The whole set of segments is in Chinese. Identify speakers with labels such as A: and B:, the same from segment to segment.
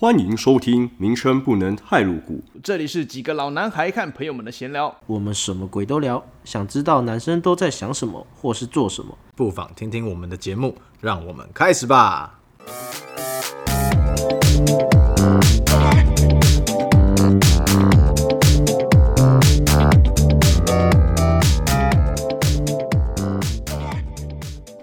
A: 欢迎收听《名称不能太露骨》，
B: 这里是几个老男孩和朋友们的闲聊。
C: 我们什么鬼都聊，想知道男生都在想什么或是做什么。
D: 不妨听听我们的节目，让我们开始吧。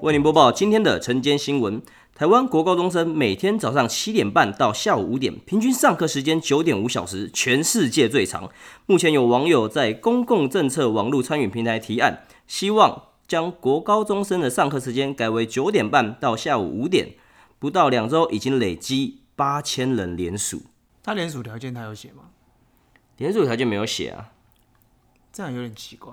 E: 为您播报今天的晨间新闻：台湾国高中生每天早上七点半到下午五点，平均上课时间九点五小时，全世界最长。目前有网友在公共政策网络参与平台提案，希望将国高中生的上课时间改为九点半到下午五点。不到两周，已经累积八千人联署。
B: 他联署条件他有写吗？
E: 联署条件没有写啊，
B: 这样有点奇怪。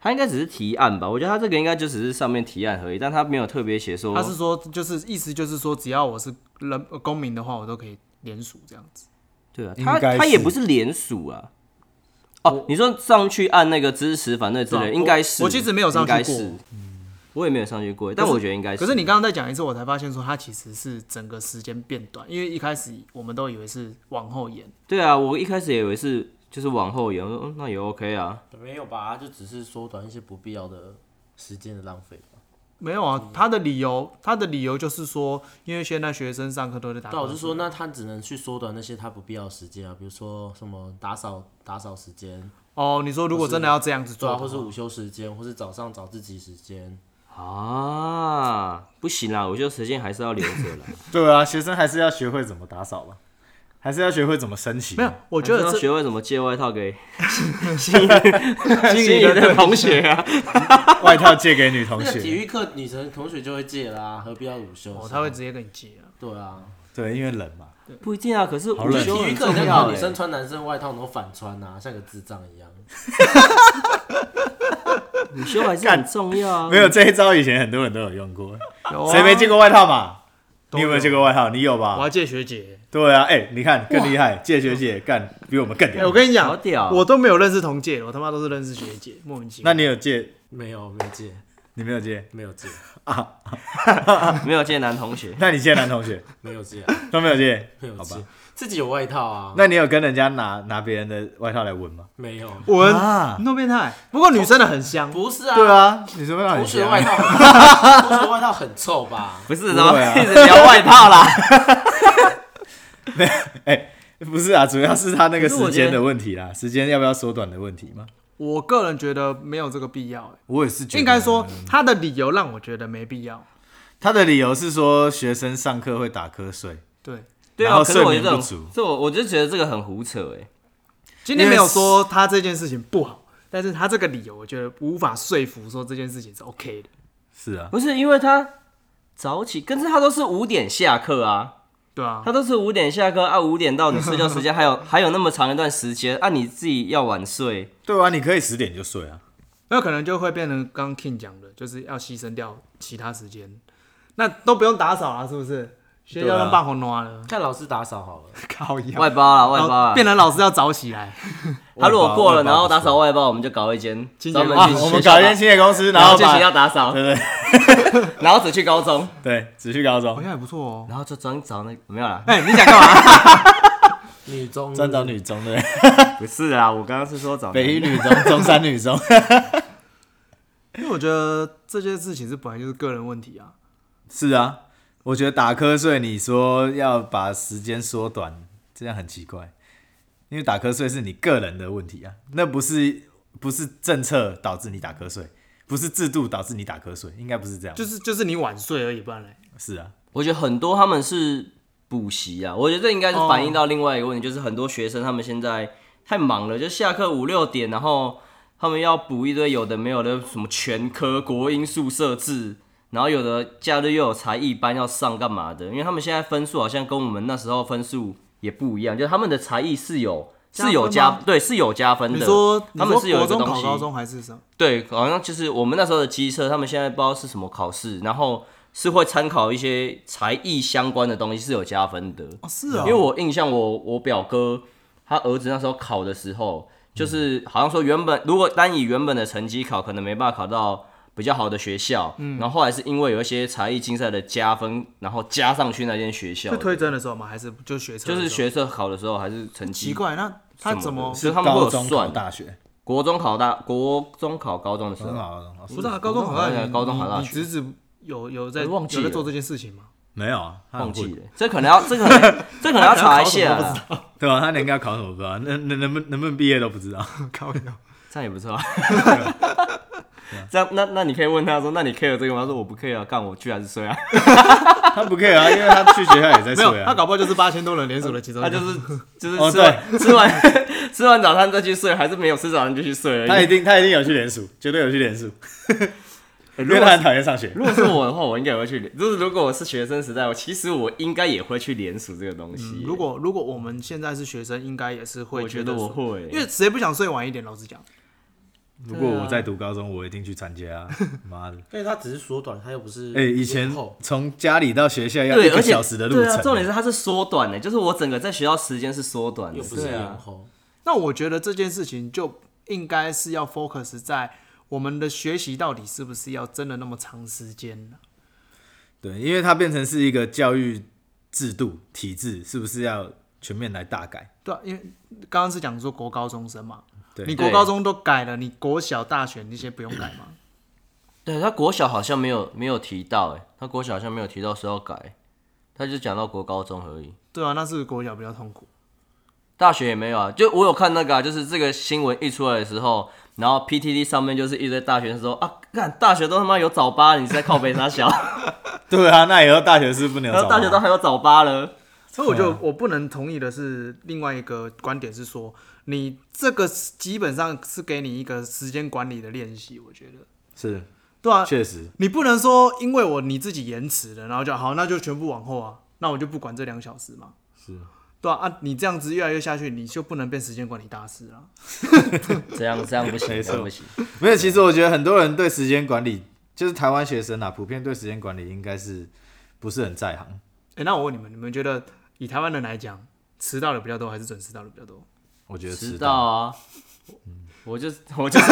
E: 他应该只是提案吧？我觉得他这个应该就只是上面提案而已，但他没有特别写说
B: 他是说，就是意思就是说，只要我是人呃公民的话，我都可以联署这样子。
E: 对啊，
D: 应
E: 他
D: 该是
E: 他也不是联署啊。哦，你说上去按那个支持反对之类，
B: 对啊
E: 应该是
B: 我我其实没有上去
E: 应该
B: 过
E: 是我也没有上去过，但我觉得应该
B: 可是你刚刚再讲一次，我才发现说，他其实是整个时间变短，因为一开始我们都以为是往后延。
E: 对啊，我一开始也以为是就是往后延，我说嗯那也 OK 啊。
C: 没有吧，就只是缩短一些不必要的时间的浪费吧。
B: 没有
E: 嗯
B: 啊，他的理由，他的理由就是说，因为现在学生上课都在打。
E: 啊
C: 但我就说，，那他只能去缩短那些他不必要的时间啊，比如说什么打扫打扫时间，
B: 哦，你说如果真的要这样子
C: 对
B: 做
C: 啊，
B: 的
C: 或
B: 话，
C: 是午休时间，或是早上早自习时间。
E: 啊，不行啦，我觉得时间还是要留着啦，
D: 对啊，学生还是要学会怎么打扫吧，还是要学会怎么升旗。
B: 没有，我觉
E: 还
B: 得
E: 是要
B: 这
E: 学会怎么借外套给心仪心仪的同学啊。
D: 外套借给女同
C: 那个体
D: 学，
C: 育课女生同学就会借啦，何必要午休？
B: 哦，他会直接跟你接啊。
C: 对啊，
D: 对，因为冷嘛。
E: 不一定啊，可是
D: 好
E: 午
D: 冷
E: 休
C: 体育
E: 很
C: 课你
E: 重
C: 看
E: 要
C: 到
E: 欸
C: 女生穿男生外套，然后反穿啊，像个智障一样。
E: 午休还是很重要啊。
D: 没有这一招，以前很多人都有用过，
B: 有啊
D: 谁没借？过外套嘛？
B: 都
D: 你有没有借过外套？你有
B: 我
D: 吧
B: 还？借学姐。
D: 对啊，哎，你看更厉害，借学姐干比我们更
B: 哎、
D: 屌
B: 我。跟你
E: 好
B: 讲，
E: 屌哦
B: 我都没有认识同届的，我他妈都是认识学姐，莫名其妙。
D: 那你有借？
C: 没有，没借，
D: 你没有借？
C: 没有借，
E: 没有借男同学，
D: 那你借男同 学
C: 没有借、啊，
D: 都没有借？
C: 没有
D: 好吧
C: 借，自己有外套啊？
D: 那你有跟人家拿拿别人的外套来闻吗？
C: 没有，
B: 我
D: 啊
B: 那变态，不过女生的很香。
C: 不是啊，
D: 对，啊，你说不让
C: 同
D: 你
C: 学
D: 借
C: 的
D: 啊
C: 外 套很，同学的外套很臭吧？
E: 不是
D: 不
E: 怎么
D: 会啊
E: 一直聊外套啦？
D: 不是啊，主要是他那个
E: 可是我
D: 时
E: 觉得
D: 间的问题啦，时间要不要缩短的问题嘛。
B: 我个人觉得没有这个必要、
D: 我也是啊
B: 欸，应该说她的理由让我觉得没必要。
D: 他的理由是说学生上课会打瞌睡，
B: 对，
E: 对
D: 然
E: 啊，
D: 后
E: 可是我
D: 睡眠
E: 觉得
D: 不
E: 这
D: 足
E: 种，这我我就觉得这个很胡扯哎。
B: 今天没有说她这件事情不好，但是她这个理由我觉得无法说服说这件事情是 OK 的。
D: 是啊，
E: 不是因为他早起，可是他都是五点下课啊，
B: 对啊
E: 他，都是五点下课啊，五点到你睡觉时 间还有还有那么长一段时间啊，你自己要晚睡，
D: 对啊，你可以十点就睡啊，
B: 那可能就会变成刚刚 King 讲的，就是要牺牲掉其他时间，那都不用打扫了，是不是？学校
D: 对啊
B: 都办红暖了，
C: 看老师打扫 好了，
B: 靠腰
E: 外包啦，外包啦。
B: 变成老师要早起来，
E: 他如果过了，
D: 外包
E: 然后打
D: 外包
E: 扫外包，我们就搞一间
B: 清洁
E: 专门
B: 公
D: 啊
E: 去
B: 司
E: 学校
D: 我们搞一间
E: 打
D: 清洁公司，
E: 然
D: 后
E: 去学
D: 把
E: 校打扫
D: 对，对
E: 然后只去高中，
D: 对，只去高中
B: 好，像也不错哦。
E: 然后就专找那没有啦，
B: 哎、你想干嘛？
C: 女中
D: 专找女中对，
E: 不是啊，我刚刚是说找
D: 北一女中、中山女中，
B: 因为我觉得这件事情是本来就是个人问题啊。
D: 是啊，我觉得打瞌睡，你说要把时间缩短，这样很奇怪，因为打瞌睡是你个人的问题啊，那不是不是政策导致你打瞌睡，不是制度导致你打瞌睡，应该不是这样，
B: 就是就是你晚睡而已，不然嘞。
D: 是啊，
E: 我觉得很多他们是补习啊，我觉得这应该是反映到另外一个问题，就是很多学生他们现在太忙了，就下课五六点，然后他们要补一堆有的没有的，什么全科、国英数、设置，然后有的假日又有才艺班要上干嘛的，因为他们现在分数好像跟我们那时候分数也不一样，就是他们的才艺是有。
B: 分吗
E: 是有加对是有加分的，
B: 哦你说
E: 他们是
B: 你
E: 有
B: 说
E: 一
B: 国
E: 个
B: 中
E: 东
B: 考
E: 西，
B: 高中还是什么？
E: 对，好像就是我们那时候的机测，他们现在不知道是什么考试，然后是会参考一些才艺相关的东西，是有加分的。
B: 哦，是啊、
E: 因为我印象我，我表哥他儿子那时候考的时候，就是好像说原本如果单以原本的成绩考，可能没办法考到比较好的学校，
B: 嗯
E: 然后后来是因为有一些才艺竞赛的加分，然后加上去那间学校
B: 是，推甄的时候吗？还是就学车的
E: 就
B: 时
E: 是
B: 候？
E: 学测考的时候还是成绩
B: 奇怪，那他怎么
E: 就是他们会有
D: 高中考
E: 算
D: 大学，
E: 国中考大国中考高中的时
D: 很
E: 候，
D: 好很好
B: 不是啊？高中好
E: 哎呀
B: 像
E: 高中好像
B: 你
E: 去
B: 侄子有有在
E: 我忘记
B: 有在
E: 了
B: 做这件事情吗？
D: 没有啊，他很
E: 忘记
D: 混
E: 了，这可能要这可能这可能要查一下啦，
D: 对啊，他连要考什么不知道，能能能不能不能毕业都不知道。
B: 高中
E: 这样也不错啊。啊这样，那那你可以问他说，那你 care 这个吗？他说我不 care 啊，干我居然是衰啊，
D: 他不 care 啊，因为他去学校也在
B: 没
D: 睡
B: 有，他
D: 啊。
B: 搞不好就是八千多人联署的其中一
E: 他
B: 个，
E: 就是就是
D: 哦
E: 吃完吃完吃完早餐再去睡，还是没有吃早餐就去睡
D: 他
E: 而
D: 一
E: 已。
D: 定他一定有去联署，绝对有去 联署，因
E: 哎如
D: 为
E: 果
D: 他很
E: 是
D: 讨厌上学。
E: 如果是我的话，我应该也会去联，就是如果我是学生时代，我其实我应该也会去联署这个东西。
B: 如果如果我们现在是学生，应该也是会
E: 我觉
B: 得
E: 得我
B: 说，
E: 会，
B: 因为谁不想睡晚一点？老实讲，
D: 如果
E: 啊
D: 我在读高中，我一定去参加啊。妈的，
C: 但是他只是缩短，他又不是
D: 哎，以前
C: 延后
D: 从家里到学校要
E: 对，
D: 一
E: 而
D: 个
E: 且
D: 小时的路
E: 对啊，重点
D: 程，欸
E: 是它是缩短的，就是我整个在学校时间是缩短的，
C: 又不是
E: 对
C: 延
E: 啊。
C: 后，
B: 那我觉得这件事情就应该是要 focus 在我们的学习到底是不是要真的那么长时间呢、
D: 对，因为它变成是一个教育制度体制，是不是要全面来大改？
B: 对、啊，因为刚刚是讲说国高中生嘛，
D: 对
B: 你国高中都改了，你国小、大学那些不用改 吗？
E: 对他国小好像没有没有提到，哎，他国小好像没有提到说要改，他就讲到国高中而已，
B: 对啊，那是国小比较痛苦。
E: 大学也没有啊。就我有看那个、啊，就是这个新闻一出来的时候，然后 PTT 上面就是一堆大学生说啊，看大学都他妈有早八，你是在靠北啥小？
D: 对啊，那以后大学是不能有啊
E: 然
D: 早
E: 后大学都
D: 八。
E: 还有早八了，
B: 所以我
D: 啊
B: 就我不能同意的是另外一个观点是说，你这个基本上是给你一个时间管理的练习，我觉得，
D: 是，
B: 对啊，
D: 确实，
B: 你不能说因为我你自己延迟了，然后就好，那就全部往后啊，那我就不管这两小时嘛。
D: 是，
B: 对啊，啊，你这样子越来越下去，你就不能变时间管理大师了。
E: 这样这样不行，
D: 没错
E: 这样不行。
D: 没有，其实我觉得很多人对时间管理，就是台湾学生啊，普遍对时间管理应该是不是很在行。
B: 哎、那我问你们，你们觉得以台湾人来讲，迟到的比较多还是准时到的比较多？
D: 我觉得
E: 迟
D: 迟
E: 到
D: 到，
E: 啊。我就我 就是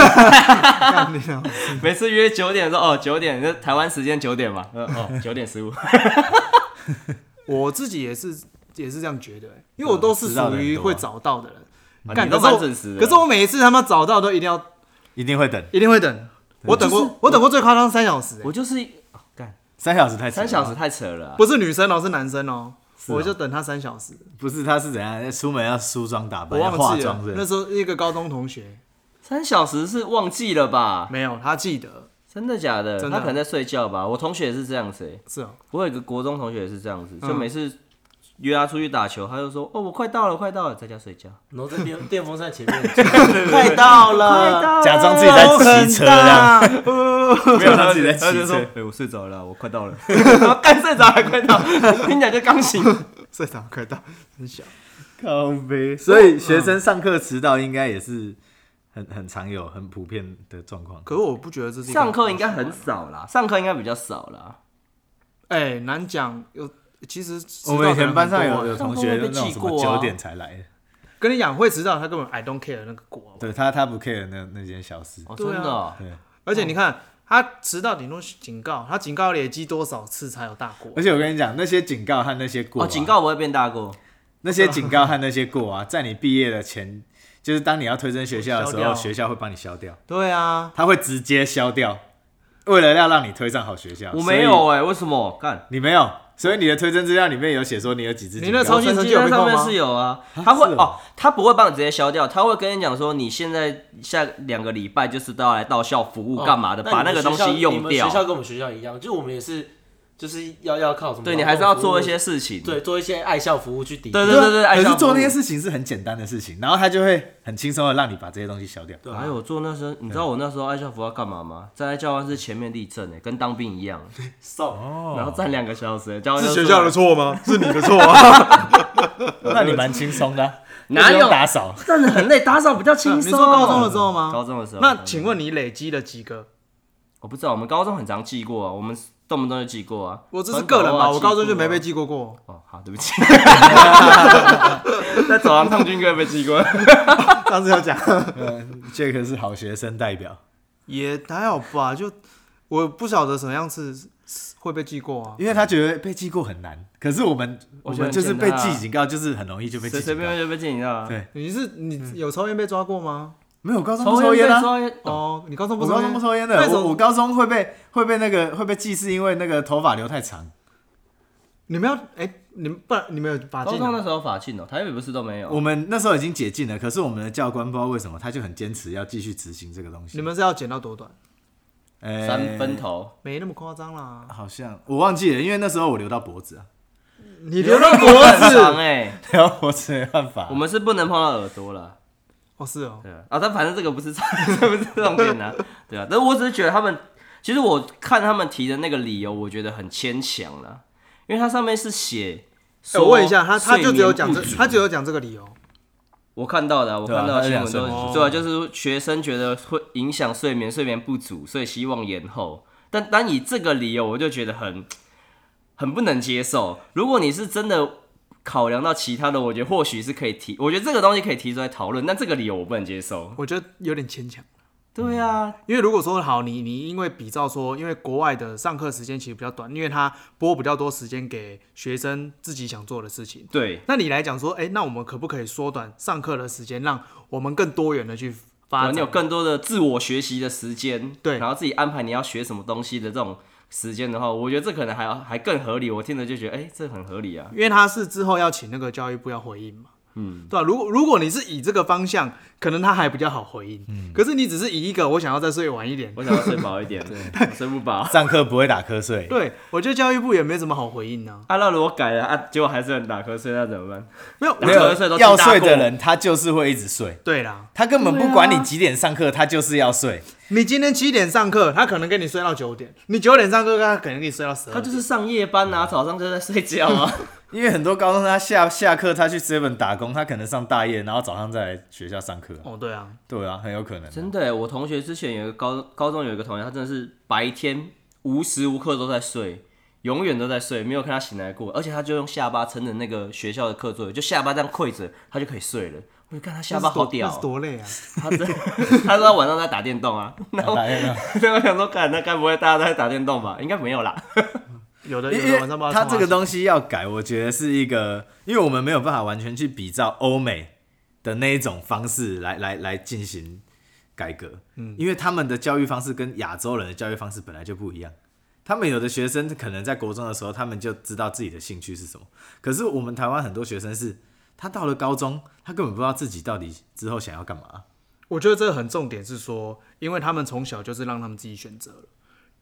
E: 每次约九点说哦九点，那台湾时间九点嘛，呃哦九点十五，
B: 我自己也是也是这样觉得、欸因为我都是
D: 迟到
B: 属
D: 的很
B: 于
D: 多啊
B: 会早到的人。
E: 啊
B: 干
E: 你都
B: 可是我
E: 蛮准时的
B: 可是我每一次他妈早到都一定要
D: 一定会等
B: 一定会等，我等过、我等过最夸张三小时、欸
E: 我就是哦干
D: 三小时太迟了
E: 三小时太扯了啊、
B: 不是女生哦、是男生哦、
D: 啊
B: 我就等他三小时。
D: 不是他是怎样？出门要梳妆打
B: 我
D: 哦扮，要
B: 忘
D: 化
B: 记了
D: 妆，是不
B: 那
D: 是？
B: 时候一个高中同学
E: 三小时是忘记了吧？
B: 没有，他记得
E: 真的假的？
B: 真的
E: 他可能在睡觉吧。我同学也是这样子、欸，
B: 是哦、
E: 我有一个国中同学也是这样子，就
B: 嗯
E: 每次约他出去打球，他就说哦我快到了，快到了，在家睡觉，
C: 然后在 电电风扇前 面，
E: 快到了，快到
D: 假装自己在
B: 哦
D: 骑车这样，
E: 没
D: 假装自己在
E: 他就
D: 骑
E: 说
D: 车
E: 哎、。我睡着了，我快到了， 然后干睡着还快到，听起来就刚醒。
B: 社长快到，很小。
D: 靠背，所以学生上课迟到应该也是很很常有、很普遍的状况。
B: 可是我不觉得这是一个
E: 上课应该很少啦，上课应该比较少啦。
B: 哎、难讲。有其实迟到
D: 我们以前班上
B: 的人很
D: 有
B: 多
D: 有同学就那种什么
B: 啊
D: 九点才来的，
B: 跟你讲会迟到，他根本 I don't care 那个果。
D: 对他他不 care 那那件小事，
E: 哦，真
B: 对啊
E: 的哦、
B: 而且你看、他迟到顶多警告，他警告累积多少次才有大过
D: 而？且我跟你讲，那些警告和那些过、啊，
E: 哦，警告不会变大过。
D: 那些警告和那些过啊，在你毕业的前，就是当你要推甄学校的时
B: 消掉
D: 候，学校会帮你消掉，
B: 对啊，
D: 他会直接消掉，为了要让你推上好学校。
E: 我没
D: 所
B: 啊
E: 有哎、为什么？干，
D: 以，你没有，所以你的推甄资料里面有写说你有几只警告。
B: 你那超
E: 我
B: 信成绩有
E: 在
B: 被
E: 上
B: 扣
E: 面
B: 吗
E: 是有啊，他会
D: 是
E: 哦
D: 哦
E: 他不会帮你直接消掉，他会跟你讲说你现在下两个礼拜就是都要来到校服务干嘛的，
C: 哦
E: 把
C: 那
E: 那
C: 你们
E: 个东
C: 学校
E: 西用
C: 你们
E: 掉
C: 学。校跟我们学校一样，就我们也是，就是要要靠什么？
E: 对你还是要做一些，事情。
C: 对，做一些爱校服务去抵。
E: 对啊
D: 对啊
E: 对对爱
D: 可
E: 上
D: 是做
E: 服务
D: 那些事情是很简单的事情，然后他就会很轻松的让你把这些东西消掉。
C: 对
E: 还
C: 啊，
E: 有哎做那时候，你知道我那时候爱校服要干嘛吗？站在教官室前面立正哎、跟当兵一样，
C: 送
B: 哦
E: 然后站两个小时、欸，教官就说
B: 错 吗？是你的错啊！
D: 那你蛮轻松的啊、又
E: 哪
D: 不
E: 有
D: 用打扫？
E: 站得很累，打扫比较
B: 你
E: 轻松。
B: 说高中的时候吗？
E: 高中的时候
B: 那请问你累积了几个？
E: 我不知道，我们高中很常记过啊，我们动不动就记过啊。
B: 我这是个人吧，
E: 传导啊
B: 我高中就没被
E: 记
B: 记过过。
E: 过啊。哦，好，对不起。 在走廊唱军歌被记 过，
B: 上次有讲，
D: 呃杰克是好学生代表，
B: 也还好吧，就我不晓得什么样是是会被记过啊。
D: 因为他觉得被记过很难，可是我们我
E: 我觉得
D: 们
E: 很
D: 就是
E: 简单
D: 被
E: 啊
D: 记警告，就是很容易就被
E: 随
D: 记
E: 随
D: 警
E: 便
D: 告。
E: 便就被禁言了。
D: 对
B: 你是你有抽烟被抓过吗？
D: 没有我高中不抽
E: 烟
D: 烟
E: 被
D: 啊，
E: 抓烟，
B: 哦，你高中不
D: 我
B: 抽
D: 高
B: 烟
D: 中不？抽烟
B: 为
D: 的，
B: 什么
D: 我我高中会被会被那个会被记是因为那个头发留太长，
B: 你们要哎，你们不然你们有把
E: 高
B: 禁
E: 中
B: 啊？
E: 那时候法禁哦，台北不是都没有。
D: 我们那时候已经解禁了，可是我们的教官不知道为什么他就很坚持要继续执行这个东西。
B: 你们是要剪到多短？
D: 呃
E: 三分头，
B: 没那么夸张啦。
D: 好像我忘记了，因为那时候我留到脖子 啊，
B: 你留到脖
E: 很长
B: 子？
E: 哎，
D: 留到脖子没办法
E: 我。们是不能碰到耳朵了。
B: 哦，是哦。
E: 对啊，啊，但反正这个不是这不是重 点啊，对啊，但我只是觉得他们，其实我看他们提的那个理由，我觉得很牵强了，因为它上面是写
B: 哎
E: 说、
B: 我问一下，他他就只有讲
E: 睡
B: 这，
E: 眠不足
B: 他只有讲这个理由。
E: 我看到的啊、我
D: 对啊
E: 看到的
D: 他
E: 新
D: 讲
E: 闻都
D: 睡眠
B: 不足
E: 对啊，就是学生觉得会影响睡眠，睡眠不足，所以希望延后，但单以这个理由，我就觉得很很不能接受。如果你是真的。考量到其他的，我觉得或许是可以提，我觉得这个东西可以提出来讨论，但这个理由我不能接受。
B: 我觉得有点牵强。
E: 对啊，
B: 因为如果说好，你你因为比照说，因为国外的上课时间其实比较短，因为他拨比较多时间给学生自己想做的事情。
E: 对，
B: 那你来讲说，哎、那我们可不可以缩短上课的时间，让我们更多元的去
E: 可
B: 发
E: 能
B: 展？
E: 啊有更多的自我学习的时间，
B: 对
E: 然后自己安排你要学什么东西的这种时间的话，我觉得这可能还还更合理。我听着就觉得，哎、这很合理啊。
B: 因为他是之后要请那个教育部要回应嘛，嗯，对吧、如果如果你是以这个方向，可能他还比较好回应，嗯，可是你只是以一个我想要再睡晚一点，
E: 我想要睡饱一点，对，睡不饱。
D: 上课不会打瞌睡，
B: 对我觉得教育部也没什么好回应呢、
E: 啊，那如果改了啊，结果还是很打瞌睡，那怎么办？
B: 没有，
D: 没
E: 打
D: 有
E: 瞌睡都
D: 要
E: 听大
D: 睡的
E: 过
D: 人，他就是会一直睡，
B: 对啦，
D: 他根本不管你几点上课，他就是要睡。
B: 你今天七点上课，他可能跟你睡到九点；你九点上课，他可能跟你睡到十二。
E: 他就是上夜班啊，早上就在睡觉啊。
D: 因为很多高中生他下下课他去 seven 打工，他可能上大夜，然后早上再来学校上课啊、
B: 哦，对啊，
D: 对啊，很有可能啊、
E: 真的耶，我同学之前有一个高高中有一个同学，他真的是白天无时无刻都在睡，永远都在睡，没有看他醒来过。而且他就用下巴撑着那个学校的课桌椅，就下巴这样跪着，他就可以睡了。我就看他下巴好屌
B: 那是
E: 哦，
B: 多累啊！
E: 他真 他说他晚上在打电动 啊。然后
D: 打夜啊
E: 我想说，看那该不会大家都在打电动吧？应该没有啦。
B: 有的有
D: 因为
B: 的晚上帮
D: 他这个
B: 都
D: 东西要改，我觉得是一个，因为我们没有办法完全去比照欧美的那一种方式来来来进行改革，嗯，因为他们的教育方式跟亚洲人的教育方式本来就不一样。他们有的学生可能在国中的时候，他们就知道自己的兴趣是什么。可是我们台湾很多学生是，他到了高中，他根本不知道自己到底之后想要干嘛。
B: 我觉得这个很重点是说，因为他们从小就是让他们自己选择了，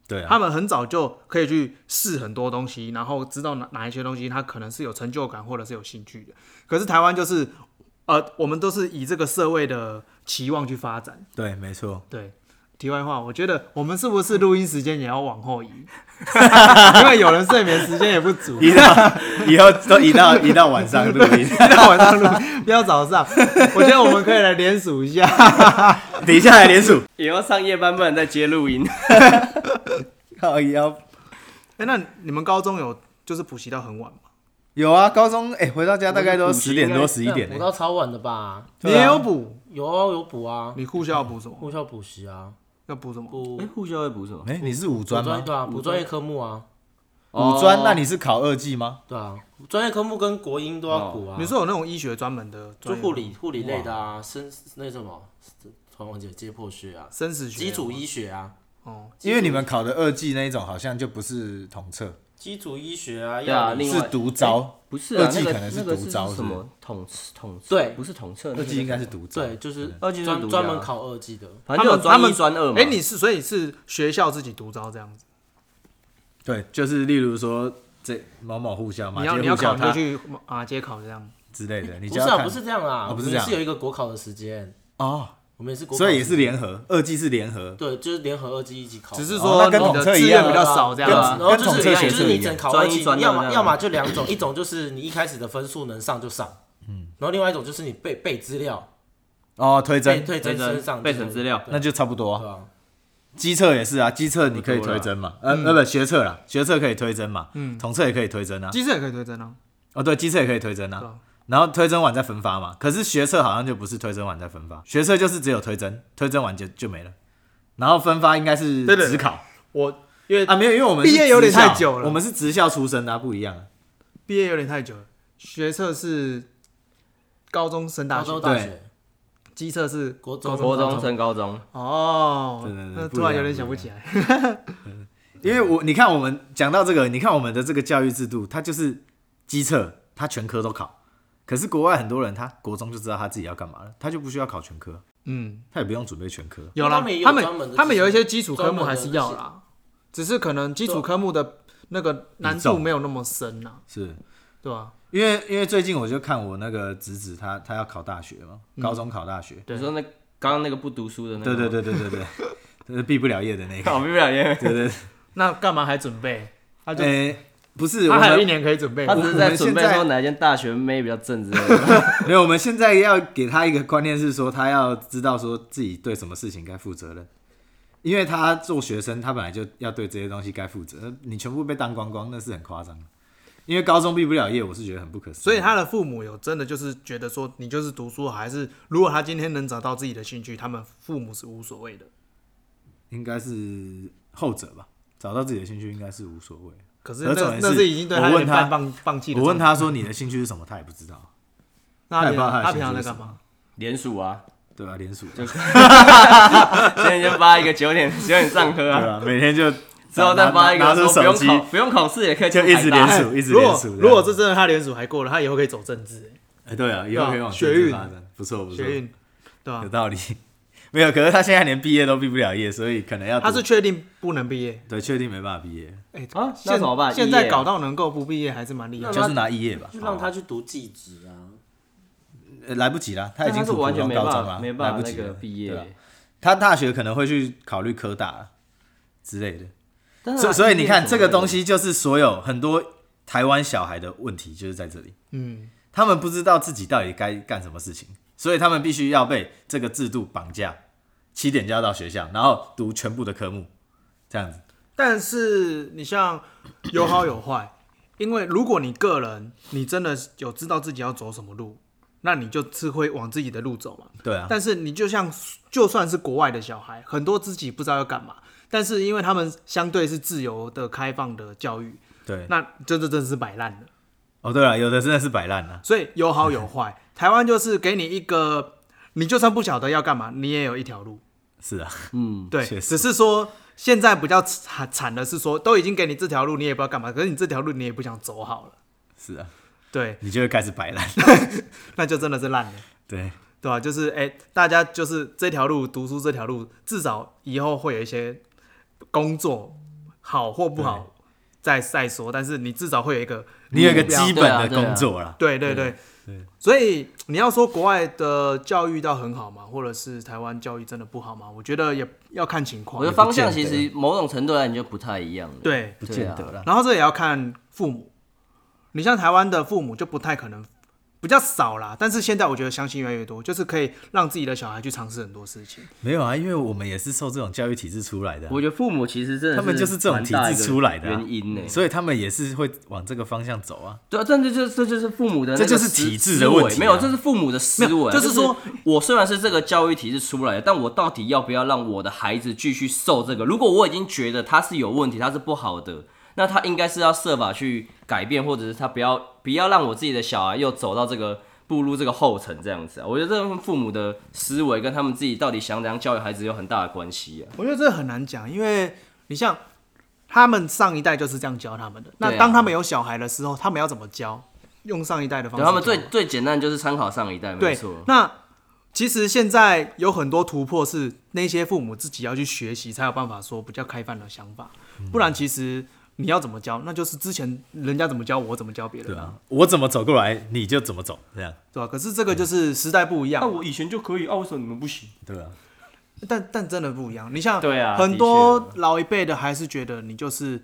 D: 对啊
B: 他，们很早就可以去试很多东西，然后知道哪哪一些东西他可能是有成就感或者是有兴趣的。可是台湾就是，呃，我们都是以这个社会的期望去发展。
D: 对，没错。
B: 对，题外话，我觉得我们是不是录音时间也要 往后移？因为有人睡眠时间也不足。
D: 移到以后都移到移到晚上录音，
B: 到晚上录，不要早上。我觉得我们可以来联署一下。
D: 等一下来联署，
E: 以后上夜班不能再接录音。
D: 靠腰
B: 哎、那你们高中有就是补习到很晚吗？
D: 有啊，高中哎、回到家大概都
E: 我们补习
D: 十点多
E: 应该
D: 十一点、
C: 我
D: 欸。
C: 到超晚的吧？
B: 你
D: 对啊
B: 也有补？
C: 有啊，有补啊，
B: 你护校要补什么？
C: 护校补习啊，
B: 要补什么？
C: 补
E: 哎，护校会补什么？
D: 哎、你是五
C: 补专
D: 专吗？
C: 对啊，补专业科目啊，
D: 五专，那你是考二技吗？
C: 对啊，专业科目跟国英都要补
D: 哦
C: 啊。
B: 你说有那种医学专门的
C: 就
B: 专业吗
C: 护理护理类的啊，生那什么，突然忘记了解剖学啊，
B: 生死学
C: 基础
B: 吗
C: 医学啊，
B: 哦，
D: 因为你们考的二技那一种好像就不是统测，
C: 基础医学啊，
E: 对啊
C: 要理
E: 另外
D: 是独招，
E: 不是啊
D: 二，技
E: 那个
D: 可能是
E: 那个
D: 独招
E: 什
D: 是不是
E: 么统统
C: 对
E: 不是统测，那
D: 二
E: 个
D: 技应该是独招。
C: 对，就是
E: 二技是
C: 专
E: 读的啊
C: 专门考二技的，
E: 反正就有专一专二嘛。
B: 哎、你是所以是学校自己独招这样子？
D: 对，就是例如说这某某护校、马
B: 你要你
D: 街
B: 要
D: 啊护校
B: 考你就
D: 它
B: 去马街考这样？
D: 之类的，你
C: 不
D: 只
C: 是啊，
D: 要看
C: 不是这样啦，
D: 哦
C: 我
D: 不是
C: 们
D: 这样
C: 是有一个国考的时间，
D: 哦，
C: 我们也是国考，
D: 所以也是联合二技是联合，
C: 对，就是联合二技一起考，
B: 只是
D: 哦
B: 说
D: 那
B: 你
D: 跟
B: 的
D: 统测
B: 志
D: 一
B: 愿
D: 样
B: 比较少这样
D: 对
B: 子
D: 啊。
C: 然后就
D: 跟统
C: 是
D: 测学
C: 就是
D: 测
C: 你
D: 一
C: 整
D: 样
C: 考
E: 专
C: 二
E: 一
C: 技，
E: 专二
C: 要
E: 这
C: 么
E: 样
C: 要么就两种，一种就是你一开始的分数能上就上，嗯，然后另外一种就是你背背资料，
D: 哦，推
C: 背
D: 甄
C: 推
E: 对
C: 真
E: 对
C: 身上
E: 备审资料，
D: 那就差不多、
C: 对
D: 啊。
C: 啊，
D: 机测也是啊，机测你可以
E: 不多
D: 推
E: 啦
D: 甄嘛，呃呃不学测啦，学测可以推甄嘛，统测也可以推甄啊。
B: 机测也可以推甄啊，
D: 哦，对，机测也可以推甄
B: 对
D: 啊
B: 啊。
D: 然后推甄完再分发嘛，可是学测好像就不是推甄完再分发，学测就是只有推甄，推甄完就就没了。然后分发应该是
B: 对对
D: 只
B: 对
D: 考，
B: 我因为
D: 啊，没有，因为我们是
B: 毕业有点
D: 职校
B: 太久了
D: 我们是职校出身的啊、不一样啊。
B: 毕业有点太久了，学测是高中升大
C: 高
B: 学
C: 中，
D: 对
C: 大学
B: 机测是
C: 国中
B: 高
E: 国中升高中，
B: 哦
D: 对对对，
B: 那
D: 不一
B: 突然
D: 样
B: 有点
D: 不一
B: 想不
D: 样
B: 起来。
D: 因为我你看我们讲到这个，你看我们的这个教育制度，它就是机测，它全科都考。可是国外很多人，他国中就知道他自己要干嘛了，他就不需要考全科，
B: 嗯，
D: 他也不用准备全科。
B: 有啦，
C: 他们也有
B: 他
C: 专门
B: 们
C: 的
B: 他们
C: 技术
B: 有一些基础科
C: 专门
B: 目
C: 的
B: 还是要啦，只是可能基
C: 啊
B: 础科目的那个难
D: 比
B: 度
D: 重
B: 没有那么深呐，
D: 是
B: 对吧？
D: 因为因为最近我就看我那个侄子他，他要考大学嘛，
B: 嗯
D: 高中考大学。
B: 对
E: 你说那刚刚那个不读书的
B: 嗯
E: 那个，
D: 对对， 对对对 对，就是毕不了业的那个。
E: 我毕不了业，
D: 对对对，
B: 那干嘛还准备？哦他就
D: 呃，不是我
B: 他还有一
D: 们
B: 年可以准备
E: 他
B: 嘛。
E: 只是
D: 我
E: 在
D: 们
E: 准备
D: 现在
E: 说哪一间大学妹比较正之类的。
D: 没有，我们现在要给他一个观念是说，他要知道说自己对什么事情该负责任，因为他做学生，他本来就要对这些东西该负责。你全部被当光光，那是很夸张的。因为高中毕不了业，我是觉得很不可思议。
B: 所以他的父母有真的就是觉得说，你就是读书好，还是如果他今天能找到自己的兴趣，他们父母是无所谓的。
D: 应该是后者吧，找到自己的兴趣应该是无所谓。
B: 可是
D: 何总
B: 那
D: 也
B: 那
D: 是
B: 是已经对
D: 我
B: 他有
D: 问
B: 点
D: 他
B: 半放放弃的
D: 我问
B: 状态，
D: 他说你的兴趣是什么，他也不知道，
B: 那他
D: 他也不
B: 平
D: 知道他
B: 常
D: 的兴
B: 他平常
D: 趣
B: 在
D: 是
B: 干
D: 什
B: 嘛？
E: 联署啊，
D: 对吧、 连锁
E: 就现在先发一个九点九点上课
D: 对
E: 啊，
D: 吧、每天就
E: 之后再发一
D: 拿
E: 个
D: 拿出
E: 说不
D: 手
E: 用
D: 机，
E: 考不用考试也可以
D: 就一直
E: 连
D: 连锁，一直
B: 如
D: 连
B: 果
D: 锁。
B: 如果是真的，他连署还过了，他以后可以走政治、
D: 哎，对啊，以后可以往
B: 学
D: 政治
B: 运
D: 发展，不错不
B: 欸
D: 错，
B: 学运，对吧、
D: 有道理。没有，可是他现在连毕业都毕不了业，所以可能要读
B: 他是确定不能毕业，
D: 对，确定没办法毕业，
B: 哎、
E: 啊，那
B: 现
E: 怎么办？
B: 现在
E: 肄业
B: 搞到能够不毕业还是蛮厉害
C: 那
B: 的。
D: 就是拿肄业吧，
C: 就让他去读技职啊，
D: 呃来不及了，他
E: 那
D: 已经
E: 哎他是
D: 读
E: 完全
D: 普
E: 没
D: 通
E: 办
D: 高中
E: 法
D: 了，
E: 没办
D: 来
E: 法
D: 不
E: 那
D: 及
E: 个
D: 了
E: 毕
D: 对啊
E: 业，
D: 他大学可能会去考虑科大了之类的，
E: 但是
D: 所以
E: 他
D: 所以你看
E: 毕业
D: 这
E: 有什么
D: 个东
E: 问题，
D: 西就是所有很多台湾小孩的问题就是在这里，
B: 嗯，
D: 他们不知道自己到底该干什么事情，所以他们必须要被这个制度绑架，七点就要到学校，然后读全部的科目，这样子。
B: 但是你像有好有坏，因为如果你个人你真的有知道自己要走什么路，那你就是会往自己的路走嘛。
D: 对啊，
B: 但是你就像就算是国外的小孩，很多自己不知道要干嘛，但是因为他们相对是自由的、开放的教育，
D: 对，
B: 那真的真的是摆烂的。
D: 哦对了，有的真的是摆烂啊了，
B: 所以有好有坏。台湾就是给你一个，你就算不晓得要干嘛，你也有一条路。
D: 是啊，
E: 嗯，
B: 对，
D: 确实
B: 只是说现在比较惨惨的是说，都已经给你这条路，你也不知道干嘛，可是你这条路你也不想走好了。
D: 是啊，
B: 对，
D: 你就会开始摆烂，
B: 那就真的是烂了，
D: 对。
B: 对吧、就是哎、大家就是这条路，读书这条路，至少以后会有一些工作，好或不好再再说，但是你至少会有一个
D: 你有一个
B: 目标
D: 基本的工作啦，
B: 对对对，所以你要说国外的教育到很好嘛，或者是台湾教育真的不好嘛？我觉得也要看情
E: 我
B: 况
E: 觉得。方向其实某种程度来讲就不太一样了。
B: 对，
D: 不见得啦。
B: 然后这也要看父母。你像台湾的父母就不太可能，比较少啦。但是现在我觉得相信越来越多，就是可以让自己的小孩去尝试很多事情。
D: 没有啊，因为我们也是受这种教育体制出来的啊、
E: 我觉得父母其实真的
D: 他们就是这种体制出来的啊
E: 原因呢。
D: 所以他们也是会往这个方向走啊。
E: 对啊，但这就这就是父母的那个
D: 这就是
E: 思
D: 体制的问题啊
E: 思维没有，这是父母的思维啊，
B: 没有
E: 就
B: 就是是说
E: 我虽然是这个教育体制出来的，但我到底要不要让我的孩子继续受这个？如果我已经觉得他是有问题，他是不好的，那他应该是要设法去改变，或者是他不要不要让我自己的小孩又走到这个步入这个后尘这样子啊。我觉得这跟父母的思维跟他们自己到底想怎样教育孩子有很大的关系啊。
B: 我觉得这很难讲，因为你像他们上一代就是这样教他们的。
E: 对
B: 那
E: 啊
B: 当他们有小孩的时候，他们要怎么教？用上一代的方
E: 对
B: 式教吗。
E: 他们最最简单就是参考上一代，没
B: 对
E: 错。，
B: 那其实现在有很多突破是那些父母自己要去学习，才有办法说比较开放的想法。不然其实你要怎么教，那就是之前人家怎么教我怎么教别人
D: 对
B: 嘛，
D: 啊，我怎么走过来，你就怎么走，这样
B: 对吧、可是这个就是时代不一样，啊
E: 以前就可以，啊，为什么你们不行？
D: 对吧、
B: 但但真的不一样。你像
E: 对啊
B: 很多老一辈的还是觉得你就是。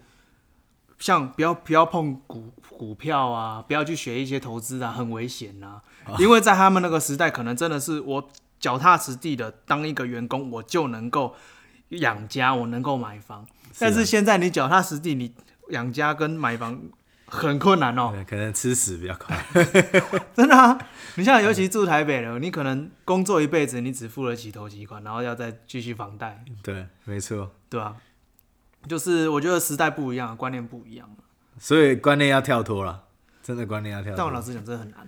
B: 像不要不要碰股股票啊，不要去学一些投资啊，很危险啊。因为在他们那个时代，可能真的是我脚踏实地的当一个员工，我就能够养家，我能够买房。但是啊现在你脚踏实地，你养家跟买房很困难哦，
D: 对可能吃屎比较快，
B: 真的啊。你像尤其住台北了，你可能工作一辈子，你只付得起头期款，然后要再继续房贷，
D: 对，没错，
B: 对吧、就是我觉得时代不一样，观念不一样。
D: 所以观念要跳脱了，真的观念要跳
B: 但我老
D: 脱。
B: 实讲，真的很难。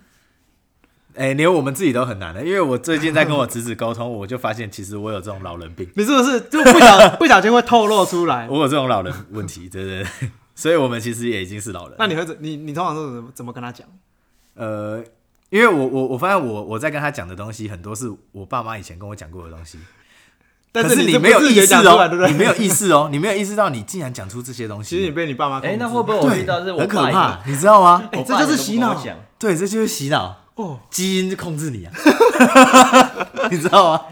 D: 哎、连我们自己都很难的，因为我最近在跟我侄子沟通， 我就发现其实我有这种老人病，
B: 你是不是就不小不小心会透露出来？
D: 我有这种老人问题， 对对对，所以我们其实也已经是老人。
B: 那你会怎你你通常都怎么怎么跟他讲？
D: 呃，因为我我我发现我我在跟他讲的东西很多是我爸妈以前跟我讲过的东西，
B: 但
D: 可是
B: 你
D: 你
B: 这
D: 没有
B: 不自
D: 意
B: 觉
D: 识
B: 讲出来，对不
D: 哦，
B: 对？
D: 你没有意识哦，你没有意识到你竟然讲出这些东西，
B: 其实你被你爸妈控
E: 哎、
B: 制
E: 那会不会我遇到是我
D: 很可
E: 爸也
D: 怕，你知道吗？
E: 我
B: 这
E: 爸
B: 就是
E: 也都不
B: 洗
E: 跟我
B: 脑
E: 讲
D: 对，这就是洗脑，
B: 哦，
D: 基因控制你啊， 你知道吗？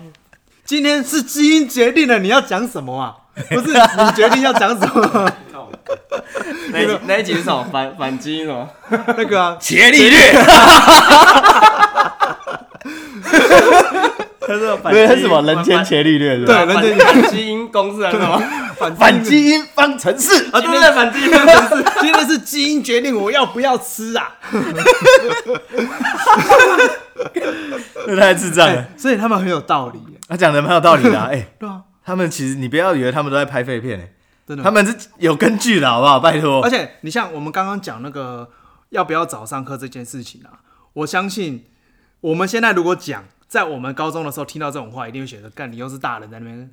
B: 今天是基因决定了你要讲什么啊？不是你决定要讲什么？
E: 那一集那一集是什么反 反击什么？
B: 那个 啊，
D: 伽利略，
E: 他是反
D: 对，是什么人间伽利略？是吧
B: 对啊人间
E: 反基因公式还是什 么？
B: 反
D: 反基因方程式，
E: 啊，对对对，反基因公式。
B: 今天是基因决定我要不要吃啊，
D: 这太智障了。
B: 哎所以他们很有道理耶。
D: 他讲的蛮有道理 的啊，哎，
B: 对啊，
D: 他们其实你不要以为他们都在拍废片，哎，
B: 真的。
D: 他们是有根据的，好不好？拜托
B: 而。且你像我们刚刚讲那个要不要早上课这件事情啊，我相信我们现在如果讲，在我们高中的时候听到这种话，一定会觉得干你又是大人在那边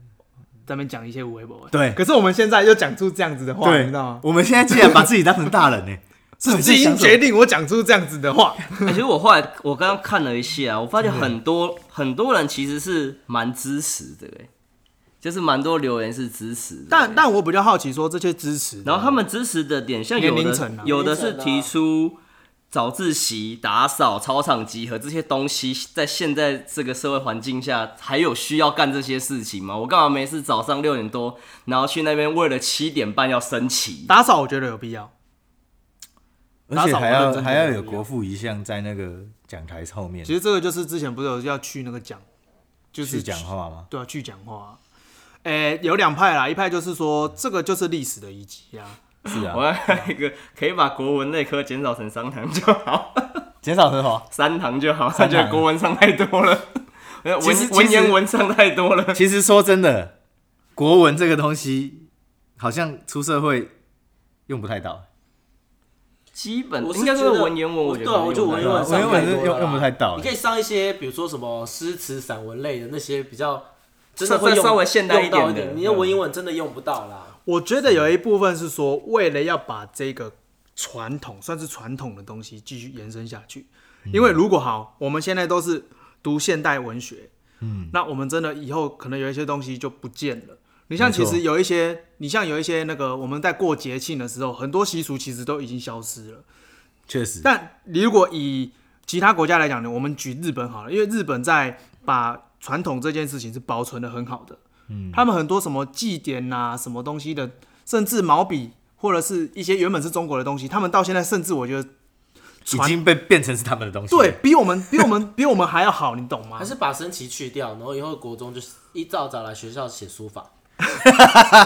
B: 在那边讲一些无微博。
D: 对
B: 可是我们现在又讲出这样子的话，你
D: 对
B: 知道吗，？
D: 我们现在竟然把自己当成大 人呢，哎
B: 是基因决定我讲出这样子的话，
E: 欸其实我后来我刚刚看了一下，啊我发
B: 嗯
E: 现很多很多人其实是蛮支持的、欸，就是蛮多留言是支持的。
B: 但但我比较好奇说这些支持，
E: 然后他们支持的点，像有
B: 年龄
E: 的、
B: 层啊
E: 有的是提出早自习、打扫、操场集合这些东西，在现在这个社会环境下，还有需要干这些事情吗？我干嘛没事早上六点多，然后去那边为了七点半要升旗？
B: 打扫我觉得有必要，
D: 而且还
B: 打扫我认
D: 要
B: 真觉得
D: 还要
B: 有
D: 有
B: 必要
D: 国父遗像在那个讲台后面
B: 其实这个就是之前不是有要去那个讲，就是
D: 去讲话吗？
B: 对啊，去讲话啊。诶、有两派啦，一派就是说这个就是历史的遗迹啊，
D: 是啊，
E: 我要一个可以把国文那科减少成三堂就好，
D: 减少成啊什么？
E: 三堂就好，他
D: 三堂
E: 觉得国文上太多了，
D: 其
E: 文
D: 实
E: 文
D: 其
E: 言
D: 实
E: 文上太多了。
D: 其实说真的，国文这个东西好像出社会用不太到，
E: 基本
C: 我是
E: 应该说
C: 觉得
E: 文言文，我觉得
C: 对啊我觉得
E: 用
C: 文言
E: 得到
C: 文
D: 文言文是
C: 上太多了
D: 用
E: 啊
C: 啦
D: 用不太到
C: 你。可以上一些，比如说什么诗词、散文类的那些比较，真的
E: 稍
C: 会用
E: 稍微现代
C: 用
E: 一
C: 到
E: 点
C: 一
E: 的嗯
C: 点。你的文言文真的用不到啦。
B: 我觉得有一部分是说，为了要把这个传统，算是传统的东西继续延伸下去。因为如果好，我们现在都是读现代文学，嗯，那我们真的以后可能有一些东西就不见了。你像
D: 没错
B: 其实有一些，你像有一些那个我们在过节庆的时候，很多习俗其实都已经消失了。
D: 确实，
B: 但你如果以其他国家来讲呢，我们举日本好了，因为日本在把传统这件事情是保存的很好的。嗯，他们很多什么祭典啊，什么东西的，甚至毛笔或者是一些原本是中国的东西，他们到现在甚至我觉得
D: 已
B: 传
D: 经被变成是他们的东西。
B: 对，比我们比我们 比我们还要好，你懂吗
C: 还？是把升旗去掉，然后以后国中就是一照早来学校写书法，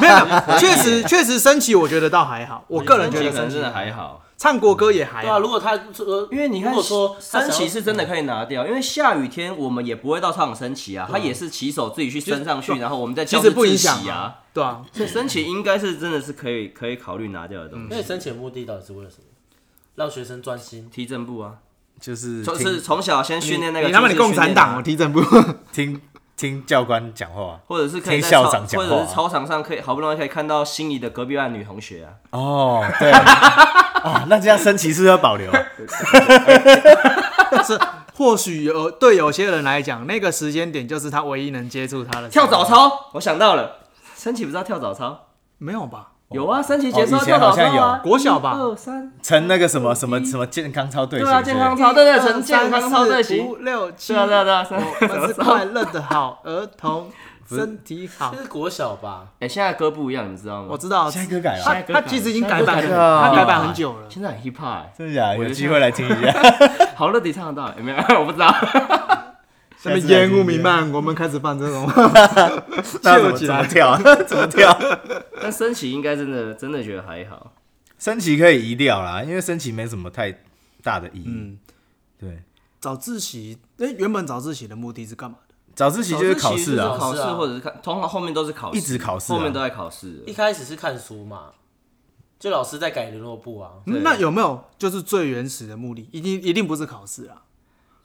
B: 没有，确实确实升旗，我觉得倒还好，我个人觉得
E: 可
B: 升
E: 能
B: 旗
E: 真的还好，
B: 唱国歌也还
C: 对啊。
B: 好，
C: 如果他说，
E: 嗯因为你
C: 如
E: 看
C: 果说他想要
E: 升旗是真的可以拿掉，因为下雨天我们也不会到操场升旗啊，他也是旗手自己去升上去，然后我们再
B: 其
E: 教
B: 实
E: 室
B: 不
E: 自
B: 影响
E: 习啊。，
B: 对啊，
E: 所以升旗应该是真的是可以可以考虑拿掉的东西。
C: 那你申请的目的到底是为了什么？让学生专心。
E: 踢正步啊，
D: 就是
E: 从
D: 听
E: 是从小先训练那个
B: 你他妈
E: 军
B: 你
E: 事
B: 共产
E: 训练啊
B: 党，我，踢正步。
D: 听听教官讲话
E: 或者是可以在
D: 听校
E: 操
D: 长讲
E: 或
D: 话
E: 者是操场啊上可以好不容易可以看到心仪的隔壁班的女同学啊，
D: 哦，对啊，那这样升旗是不是要保留啊，
B: 是，或许有对有些人来讲，那个时间点就是他唯一能接触他的
E: 跳早操，我想到了，升旗不是要跳早操？
B: 没有吧？
E: 有啊，升旗结束要
D: 以
E: 跳
D: 前
E: 早
D: 好
E: 操
D: 像
E: 啊，
B: 有国小吧
E: 一二三，
D: 成那个什么什么什么健康操队
E: 对啊，
D: 形之类
E: 健
D: 的。
E: 康操，对对，
B: 一
E: 成健康操队形
B: 五，六七，
E: 对啊对啊对啊，升
B: 我们是快乐的好儿童，身体 好
C: 这。是国小吧？
E: 哎、现在歌不一样，你知道吗？
B: 我知道，
D: 现在歌改了
B: 他
D: 啊，
B: 他其实已经改版
C: 现在歌
D: 改
B: 了，
D: 了
B: 他改版很久了。
E: 现在很 hip hop，、欸、
D: 真的假的？
E: 我觉
D: 有
E: 得
D: 机会来听一下。
E: 好乐迪唱得到、欸，没有？ 我不知道。
B: 什么烟雾弥漫，我们开始放这 种
D: 那怎么
B: 起
D: 怎么
B: 来。
D: 跳啊？ 怎么跳？
E: 但升旗应该真的真的觉得还好，
D: 升旗可以移掉啦，因为升旗没什么太大的意义。对，
B: 早自习，哎，原本早自习的目的是干嘛的？
D: 早自习就是考试
C: 早自习
D: 啊，
E: 考试
C: 是啊
E: 或者是看，通常后面都是考试，
D: 一直考试啊
E: 后面都在考试。
C: 一开始是看书嘛，就老师在改联络簿啊，
E: 对
B: 那有没有就是最原始的目的？一定一定不是考试啊，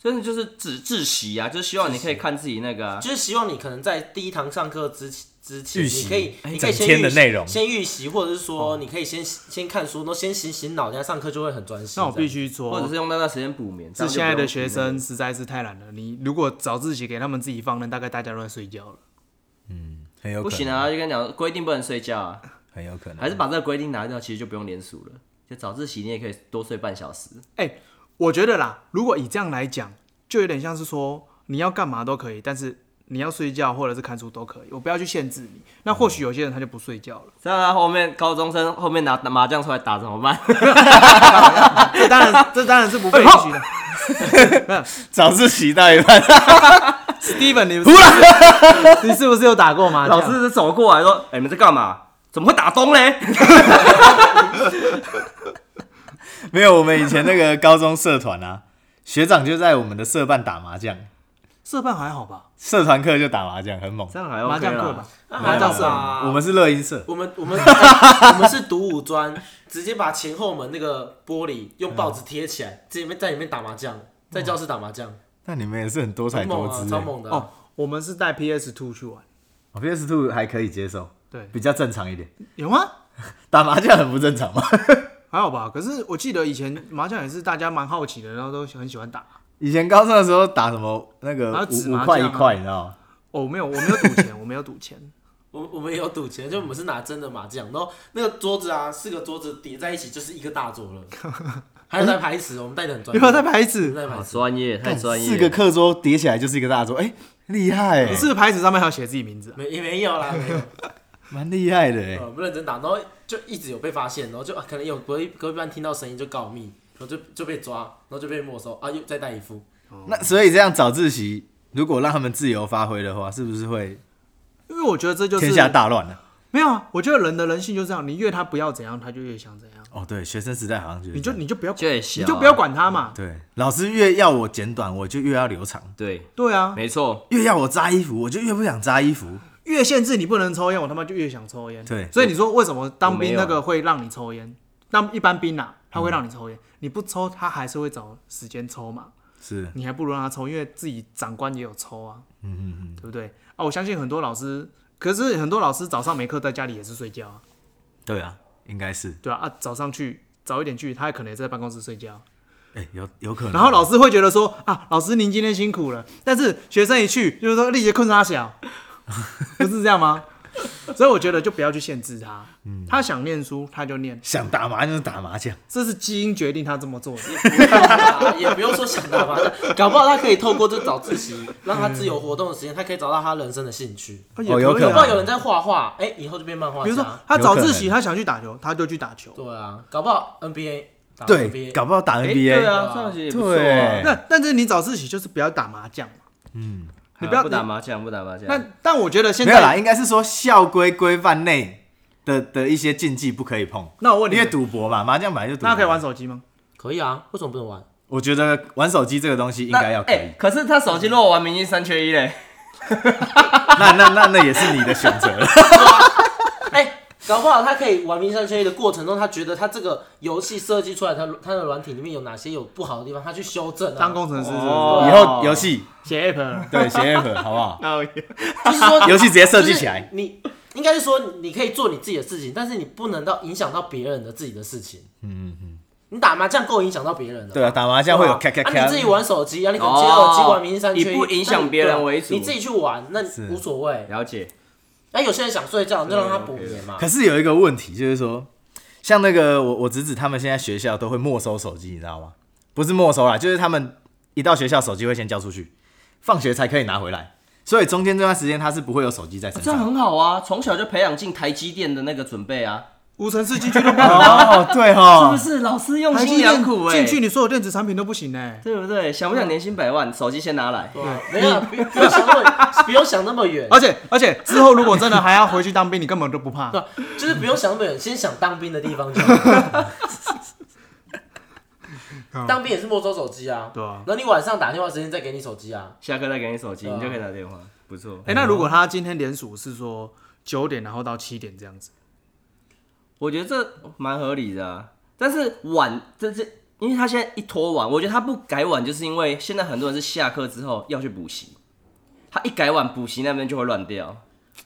E: 真的就是自自习啊，就是希望你可以看自己那个啊、
C: 就是希望你可能在第一堂上课之之前，
D: 预习
C: 你可以
D: 哎
C: 你可以
D: 整
C: 先
D: 天
C: 预
D: 的
C: 习
D: 内容哦
C: 先预习，或者是说你可以先先看书，然后先醒醒脑，等下上课就会很专心这
B: 那
C: 样。
B: 我必须说，
E: 或者是用那段时间补眠。这
B: 是
E: 样就
B: 现在
E: 不
B: 的
E: 用
B: 学
E: 补那个
B: 生实在是太懒了。你如果早自习给他们自己放任，大概大家都在睡觉了。
D: 很有
E: 不
D: 可
E: 行
D: 能，
E: 啊，就跟你讲规定不能睡觉啊，
D: 很有可能
E: 还是把这个规定拿掉，其实就不用连署了。就早自习你也可以多睡半小时，
B: 哎、我觉得啦，如果以这样来讲，就有点像是说你要干嘛都可以，但是你要睡觉或者是看书都可以，我不要去限制你。那或许有些人他就不睡觉了，
E: 这样他后面高中生后面拿拿麻将出来打怎么办？
B: 这当然这当然是不被允许的。
E: 哎
D: 早自习到一半，
B: Steven，你是不是 你是不是有打过麻将？
E: 啊老师走过来说：“哎、你们在干嘛？怎么会打钟嘞
D: 没有，我们以前那个高中社团啊，学长就在我们的社办打麻将，
B: 社办还好吧？
D: 社团课就打麻将，很猛？”。
E: 这样还 OK
B: 麻将课
E: 啦
B: 吧。，
C: 那
B: 麻
C: 啊还
B: 将
C: 好
B: 社
C: 吧，
D: 我们是乐音社，
C: 我们我们我们是读五专，直接把前后门那个玻璃用报纸贴起来，在里面在里面打麻将，在教室打麻将，
D: 那你们也是很多才
C: 很
D: 多
C: 猛啊，
D: 姿
C: 超
D: 欸。
C: 猛
E: 嗯
C: 的啊。
B: 哦，我们是带 PS Two 去玩，
D: 我 PS Two 还可以接受，
B: 对，
D: 比较正常一点。
B: 有吗？
D: 打麻将很不正常嘛，
B: 还好吧，可是我记得以前麻将也是大家蛮好奇的，然后都很喜欢打。
D: 以前高中的时候打什么那
B: 还有
D: 个
B: 纸
D: 五
B: 麻
D: 五块
B: 将
D: 一
B: 啊
D: 块，你知道吗？
B: 哦，没有，我没有赌钱，我没有赌钱。
C: 我我们也有赌钱，就我们是拿真的麻将，然后那个桌子啊，四个桌子叠在一起就是一个大桌 了，还有在排尺，我们带的很专
B: 有啊
C: 业，
B: 没有在牌
C: 我们
B: 子？
C: 在排
E: 好
C: 尺。
E: 专业，太专业。
D: 四个课桌叠起来就是一个大桌，哎、厉害、
B: 你
D: 欸，
B: 是不是牌子上面还有写自己名字啊？
C: 没也没有啦， 没有，
D: 蛮厉害的、欸，
C: 呃，不认真打，然后就一直有被发现，然后就、啊、可能有隔壁隔壁班听到声音就告密，然后就就被抓，然后就被没收啊，又再带一副，
D: 那所以这样早自习，如果让他们自由发挥的话，是不是会
B: 因为我觉得这就是
D: 天下大乱呢、
B: 没有啊。我觉得人的人性就这样，你越他不要怎样，他就越想怎样。
D: 哦，对，学生时代好像就是
B: 你就
D: 这样
B: 你就不要，
E: 就也小
B: 你就不要管他嘛。
D: 对，老师越要我剪短，我就越要留长；
E: 对，
B: 对啊，
E: 没错，
D: 越要我扎衣服，我就越不想扎衣服。
B: 越限制你不能抽烟，我他妈就越想抽烟。
D: 对
B: 所以你说为什么当
E: 我没
B: 兵
E: 有
B: 那个会让你抽烟？当一般兵啊，他会让你抽烟，你不抽他还是会找时间抽嘛。
D: 是，
B: 你还不如让他抽，因为自己长官也有抽啊，嗯嗯嗯，对不对？啊，我相信很多老师，可是很多老师早上没课，在家里也是睡觉啊，
D: 对啊，应该是，
B: 对啊，啊，早上去早一点去，他可能也在办公室睡觉，
D: 哎、有有可能。
B: 然后老师会觉得说啊，老师您今天辛苦了，但是学生一去就是说立即困他小， 不是这样吗？所以我觉得就不要去限制他，
D: 嗯
B: 他想念书他就念，
D: 想打麻将就打麻将，
B: 这是基因决定他这么做的。
D: 哦
C: 啊也不用说想打麻将，搞不好他可以透过这早自习，让他自由活动的时间，他可以找到他人生的兴趣。
B: 啊
D: 哦
B: 也
D: 有可
B: 可以
C: 搞
B: 啊
D: 能
C: 不好有人在画画，哎、以后就变漫画
B: 比如说
C: 家。
B: 他早自
D: 有
B: 习，他想去打球，他就去打球。
C: 对啊，搞不好 NBA 打
D: 对，
C: NBA，
D: 搞不好打
E: 哎
D: NBA，、
E: 对啊，上学也不错
D: 对
E: 啊。
B: 那但是你早自习就是不要打麻将嘛。你不要
E: 啊不打麻将，不打麻将。
B: 那但我觉得现
D: 没有啦，
B: 在，
D: 应该是说校规规范内的的一些禁忌不可以碰，
B: 那我哦问你
D: 因为，赌博嘛，麻将本来就赌博。
B: 那可以玩手机吗？
C: 可以啊，为什么不能玩？
D: 我觉得玩手机这个东西应
E: 那
D: 该要可以
E: 哎。可是他手机如果玩明星三缺一嘞，
D: 那那那那也是你的选择。
C: 哎、搞不好他可以玩名山圈的过程中，他觉得他这个游戏设计出来，他他的软体里面有哪些有不好的地方，他去修正、啊。
B: 当工程师是不是
E: 哦
D: 以后游戏
B: 写 app？
D: 对写 app 好不好？
C: 就是说
D: 游戏直接设计起来
C: 就是你应该是说你可以做你自己的事情，但是你不能到影响到别人的自己的事情。嗯嗯嗯，你打麻将够影响到别人了。
D: 对啊，打麻
C: 对吧，
D: 将会有咔咔
C: 啊
D: 咔
C: 你自。己玩手机啊，你可能接耳机玩明星三缺一，
E: 以不影响别人为主
C: 那你对啊你自己去玩那
D: 是
C: 无所谓。
E: 了解。
C: 那有些人想睡觉，你就让他补眠嘛。
D: 可是有一个问题就是说，像那个我我侄子他们现在学校都会没收手机，你知道吗？不是没收啦，就是他们一到学校手机会先交出去，放学才可以拿回来，所以中间这段时间他是不会有手机在身
E: 这样
D: 上。
E: 很好啊，从小就培养进台积电的那个准备啊，
B: 无尘室进去都不 行，
D: 哦，欸对
E: 是不
D: 哈，
E: 是？老师用
B: 台积
E: 心
B: 电
E: 良苦哎，
B: 进去你所有电子产品都不行欸呢。
E: 对不对？想不想年薪百万？手机先拿来。
C: 对啊没有，不不用想那么，不用想那么远。
B: 而且而且之后如果真的还要回去当兵，你根本都不怕。
C: 对，就是不用想那么远，先想当兵的地方就好。当兵也是没收手机啊。
B: 对啊。
C: 然后你晚上打电话时间再给你手机啊。
E: 下课再给你手机，
C: 对啊
E: 你就可以打电话，不错。
B: 哎、那如果他今天联署是说九点然后到七点这样子，
E: 我觉得这蛮合理的、啊，但是晚这这，因为他现在一拖晚，我觉得他不改晚，就是因为现在很多人是下课之后要去补习，他一改晚，补习那边就会乱掉，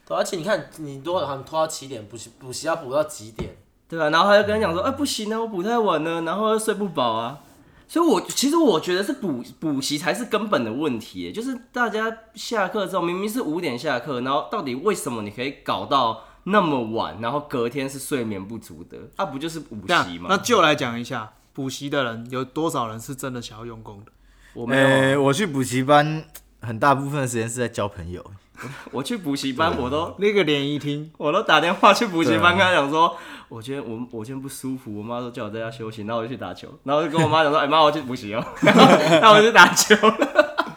C: 对，而且你看，你多少拖到七点，补习补习要补到几点？
E: 对吧、然后他就跟人讲说，哎、不行啊，我补太晚了，然后又睡不饱啊。所以我，其实我觉得是补补习才是根本的问题耶，就是大家下课之后明明是五点下课，然后到底为什么你可以搞到那么晚，然后隔天是睡眠不足的？那、不就是补
B: 这样
E: 习吗？
B: 那就来讲一下补习的人有多少人是真的想要用功的？
E: 我没有啊、
D: 呃，我去补习班，很大部分的时间是在交朋友。
E: 我去补习班，我都
B: 那个联谊厅，
E: 我都打电话去补习班，跟
D: 对啊
E: 他讲说，我今天我我今天不舒服，我妈说叫我在家休息，然后我就去打球，然后就跟我妈讲说，哎妈，我去补 习哦，然后然后我就去打球了。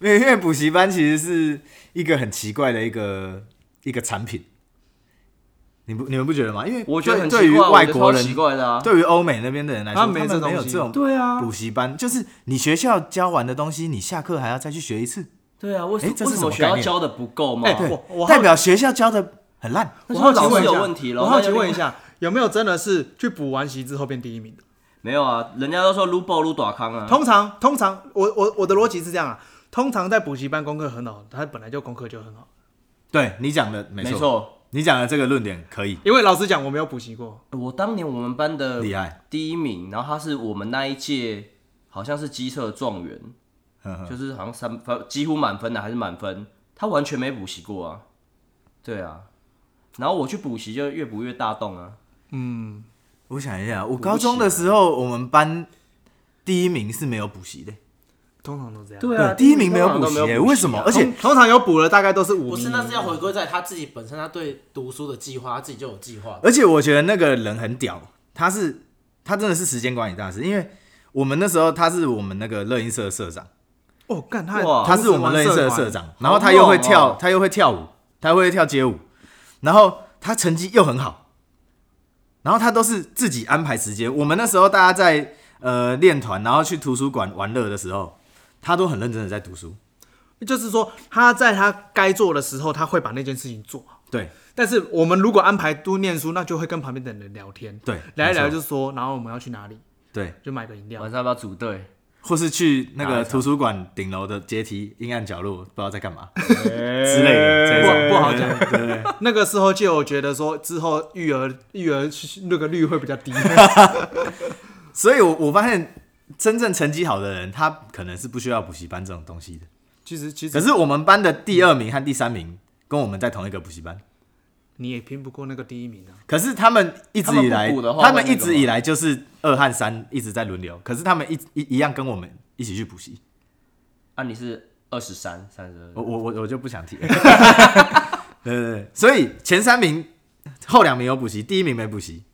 D: 因为因为补习班其实是一个很奇怪的一个一个产品，你不你们不觉得吗？因为
E: 我觉得
D: 对
E: 很
D: 对
E: 奇
D: 于
E: 怪，
D: 外国
E: 我觉得超奇
D: 人，
E: 怪的啊，
D: 对于欧美那边的人来说，他
B: 他们没
D: 们
B: 这东
D: 没有
B: 西
D: 这种
E: 对啊
D: 补习班，就是你学校教完的东西，你下课还要再去学一次，
E: 对啊，为什么
D: 哎这
E: 为
D: 是
E: 什
D: 什么
E: 么
D: 概
E: 学校
D: 念
E: 教的不够嘛？
B: 哎、
E: 我
B: 我我好
D: 代表学校教的很烂。
E: 我
B: 我
E: 好
B: 好
E: 奇
B: 奇
E: 是
B: 问一
E: 有
B: 下，
E: 问题了，
B: 我好奇
E: 那就
B: 问一下，有没有真的是去补完习之后变第一名的？
E: 没有啊？人家都说撸爆撸短康啊，
B: 通常，通常，我我我的逻辑是这样啊，通常在补习班功课很好，他本来就功课就很好。
D: 对你讲的没
E: 没
D: 错，
E: 错。
D: 你讲的这个论点可以
B: 因为老实讲，我没有补习过，
E: 我当年我们班的
D: 厉害，
E: 第一名，然后他是我们那一届好像是机测状元，
D: 呵呵
E: 就是好像三分几乎满分的还是满分，他完全没补习过啊。对啊，然后我去补习就越补越大洞啊。
D: 我想一下，我高中的时候，我们班第一名是没有补习的，
B: 通常都这样。，
E: 啊
D: 第一名没有
E: 通常
D: 补
E: 都
D: 习
E: 没有
D: 耶，
E: 补习啊
D: 为什么？而且
B: 通通常有补了，大概都是五名。
C: 不是，那是要回归在他自己本身，他对读书的计划，他自己就有计划。
D: 而且我觉得那个人很屌，他是他真的是时间管理大师，因为我们那时候他是我们那个乐音社的社长，
B: 哦，干他
E: 哇
D: 他是我们乐音社的社，长，然后他又会跳，
B: 哦
D: 他又会跳舞，他会跳街舞，然后他成绩又很好，然后他都是自己安排时间。我们那时候大家在呃练团，然后去图书馆玩乐的时候，他都很认真的在读书。
B: 就是说他在他该做的时候，他会把那件事情做好。
D: 对
B: 但是我们如果安排都念书，那就会跟旁边的人聊天，
D: 对，
B: 聊一聊
D: 没错
B: 就说，然后我们要去哪里，
D: 对，
B: 就买个饮料
E: 晚。上要不要组队？
D: 或是去那
E: 打一
D: 个
E: 场
D: 图书馆顶楼的阶梯阴暗角落，不知道在干嘛 之类的这种。
B: 哎不不好讲，那个时候就有觉得说，之后育儿育儿那个率会比较低。
D: 所以我我发现，真正成绩好的人，他可能是不需要补习班这种东西的。
B: 其实其实
D: 可是我们班的第二名和第三名跟我们在同一个补习班，
B: 你也拼不过那个第一名啊。
D: 可是他们一直以
E: 他们
D: 来
E: 不补的，话
D: 他们一直以来就是二和三一直在轮流，可是他们一一一样跟我们一起去补 习。
E: 啊，你是二十三、三十
D: 我
E: 二，
D: 我我我就不想 提了。对对对，所以前三名后两名有补习，第一名没补习。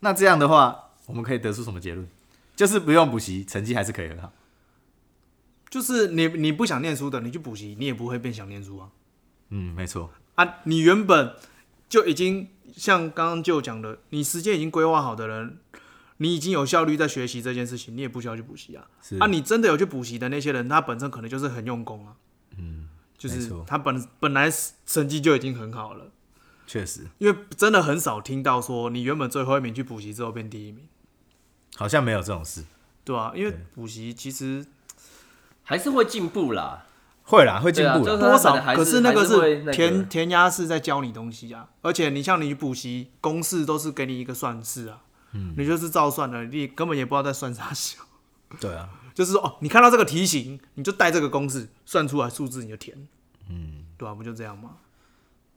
D: 那这样的话，我们可以得出什么结论？就是不用补习，成绩还是可以很好。
B: 就是你你不想念书的，你去补习，你也不会变想念书啊。
D: 嗯，没错。
B: 啊，你原本就已经像刚刚就讲的，你时间已经规划好的人，你已经有效率在学习这件事情，你也不需要去补习啊。
D: 是
B: 啊，你真的有去补习的那些人，他本身可能就是很用功啊。嗯，就
D: 没
B: 是
D: 错
B: 他本本来成绩就已经很好了，
D: 确实，
B: 因为真的很少听到说你原本最后一名去补习之后变第一名，
D: 好像没有这种事。
B: 对啊，因为补习其实
E: 还是会进步啦。
D: 会啦，会进
E: 对啊
D: 步
E: 就
D: 啦。
E: 是
B: 多
E: 可能
B: 少，
E: 还
B: 可
E: 是
B: 那个
E: 还是会那个
B: 填填鸭式在教你东西啊，而且你像你补习公式都是给你一个算式啊，你就是照算的，你根本也不知道在算啥小，
D: 对啊，
B: 就是说哦，你看到这个题型，你就带这个公式算出来数字你就填，嗯，对啊，不就这样吗？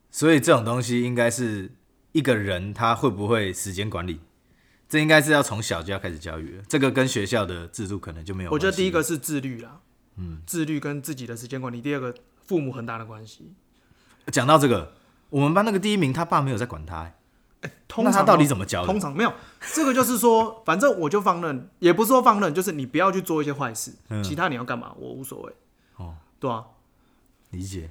D: 所以这种东西应该是一个人他会不会时间管理，这应该是要从小就要开始教育了。这个跟学校的制度可能就没有
B: 我
D: 关系。
B: 觉得第一个是自律啦，嗯，自律跟自己的时间管理，第二个父母很大的关系，
D: 讲到这个，我们班那个第一名，他爸没有在管他、欸
B: 通
D: 那
B: 常哦
D: 他到底怎么教的
B: 通？常没有，这个就是说， 反正我就放任，也不是说放任，就是你不要去做一些坏事，其他你要干嘛我无所谓。
D: 哦，
B: 对啊，
D: 理解，